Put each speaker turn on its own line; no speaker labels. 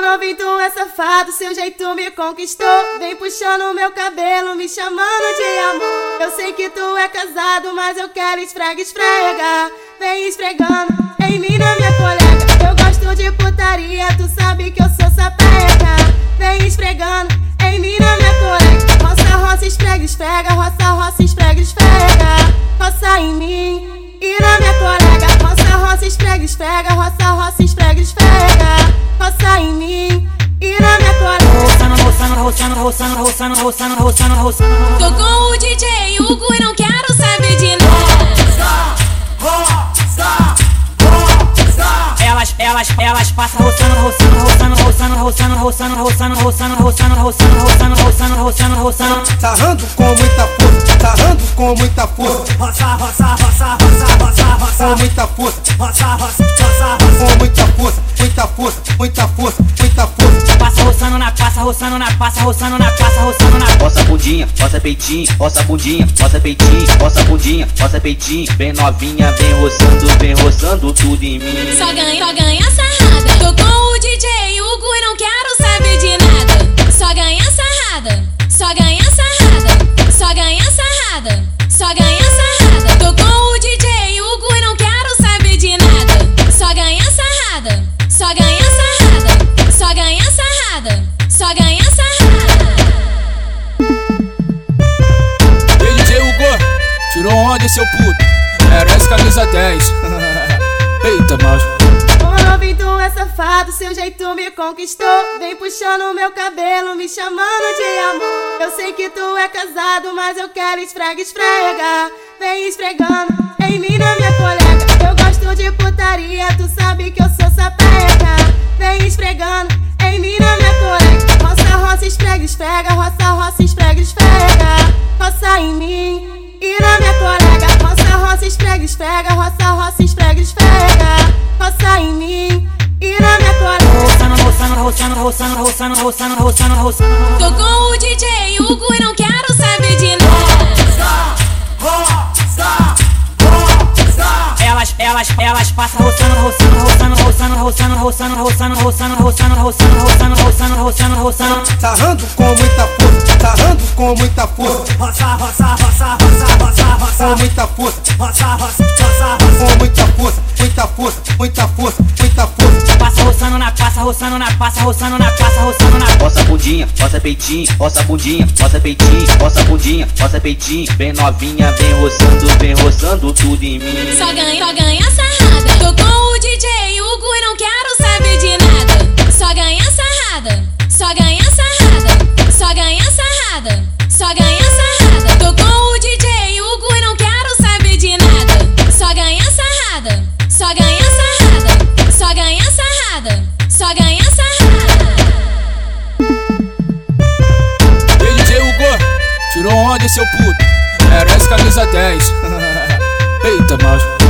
novinho é safado, seu jeito me conquistou. Vem puxando meu cabelo, me chamando de amor. Eu sei que tu é casado, mas eu quero esfrega, esfrega. Vem esfregando em mim na minha colega. Eu gosto de putaria, tu sabe que eu sou sapeca. Vem esfregando em mim na minha colega. Roça, roça, esfrega, esfrega. Roça, roça, esfrega, esfrega. Roça em mim e na minha colega. Roça, roça, esfrega, esfrega. Roça, roça, esfrega, esfrega. Roça em mim e na minha colega.
roçando, roçando, roçando, roçando, roçando, roçando, roçando, roçando.
Tô com o DJ Hugo e não quero saber de nada.
Elas, elas, elas passam roçando, roçando, roçando, roçando, roçando, roçando, roçando, roçando, roçando, roçando, roçando, roçando, roçando, roçando.
sarrando com muita força, sarrando com muita força,
Roça, roça, roça, roça, roça,
com
roça,
muita força,
roça, roça, roça, roça.
com muita força, muita força, muita força, muita força.
Passa roçando na passa, roçando na passa, roçando na passa, roçando na
Roça a bundinha, roça peitinho, roça a bundinha, roça peitinho, roça a bundinha, roça peitinho. Vem novinha, vem roçando, vem roçando tudo em mim.
Só ganha, só ganha sarrada. Tô com o DJ Hugo e não quero saber de nada. Só ganha sarrada. Só ganha sarrada. Só ganha sarrada. Só ganha sarrada. Tô com o DJ Hugo e não quero saber de nada. Só ganha sarrada. Só ganha sarrada. Só ganha sarrada. Só ganha sarrada.
DJ Hugo, tirou onda seu puto. Merece camisa 10. Eita, macho.
Ô novinho é safado, seu jeito me conquistou. Vem puxando meu cabelo, me chamando de amor. Eu sei que tu é casado, mas eu quero esfrega, esfrega. Vem esfregando em mim na minha colega. Eu gosto de putaria, tu sabe que eu sou sapeca. Vem esfregando em mim na minha colega. Roça, roça, esfrega, esfrega. Roça, roça, esfrega, esfrega. Roça em mim e na minha colega. Roça, roça, esfrega, esfrega. Roça, roça, esfrega, esfrega. Roça em mim e na minha colega.
roçando, roçando, roçando, roçando, roçando, roçando, roçando, roçando.
Tô com o DJ Hugo e não quero saber de nada.
Elas, elas, elas passam roçando, roçando, roçando, roçando, roçando, roçando, roçando, roçando, roçando, roçando, roçando, roçando, roçando, roçando.
Sarrando com muita força, sarrando com muita força,
Roça, roça, roça, roça, roça,
com
roça,
muita força,
roça, roça, roça, roça.
com muita força, muita força, muita força, muita força.
Passa roçando na passa, roçando na passa, roçando na passa, roçando na
Roça a bundinha, roça peitinho, roça a bundinha, roça peitinho, roça a bundinha, roça peitinho. Vem novinha, vem roçando, vem roçando tudo em mim.
Só ganha, só ganha sarrada. Tô com o DJ Hugo e não quero saber de nada. Só ganha sarrada. Só ganha sarrada. Só ganha sarrada. Só ganha sarrada. Tô com o DJ Hugo e não quero saber de nada. Só ganha sarrada. Só ganha sarrada. Só ganha sarrada. Só ganha sarrada.
DJ Hugo, tirou onda seu puto. Merece camisa 10. Eita, macho.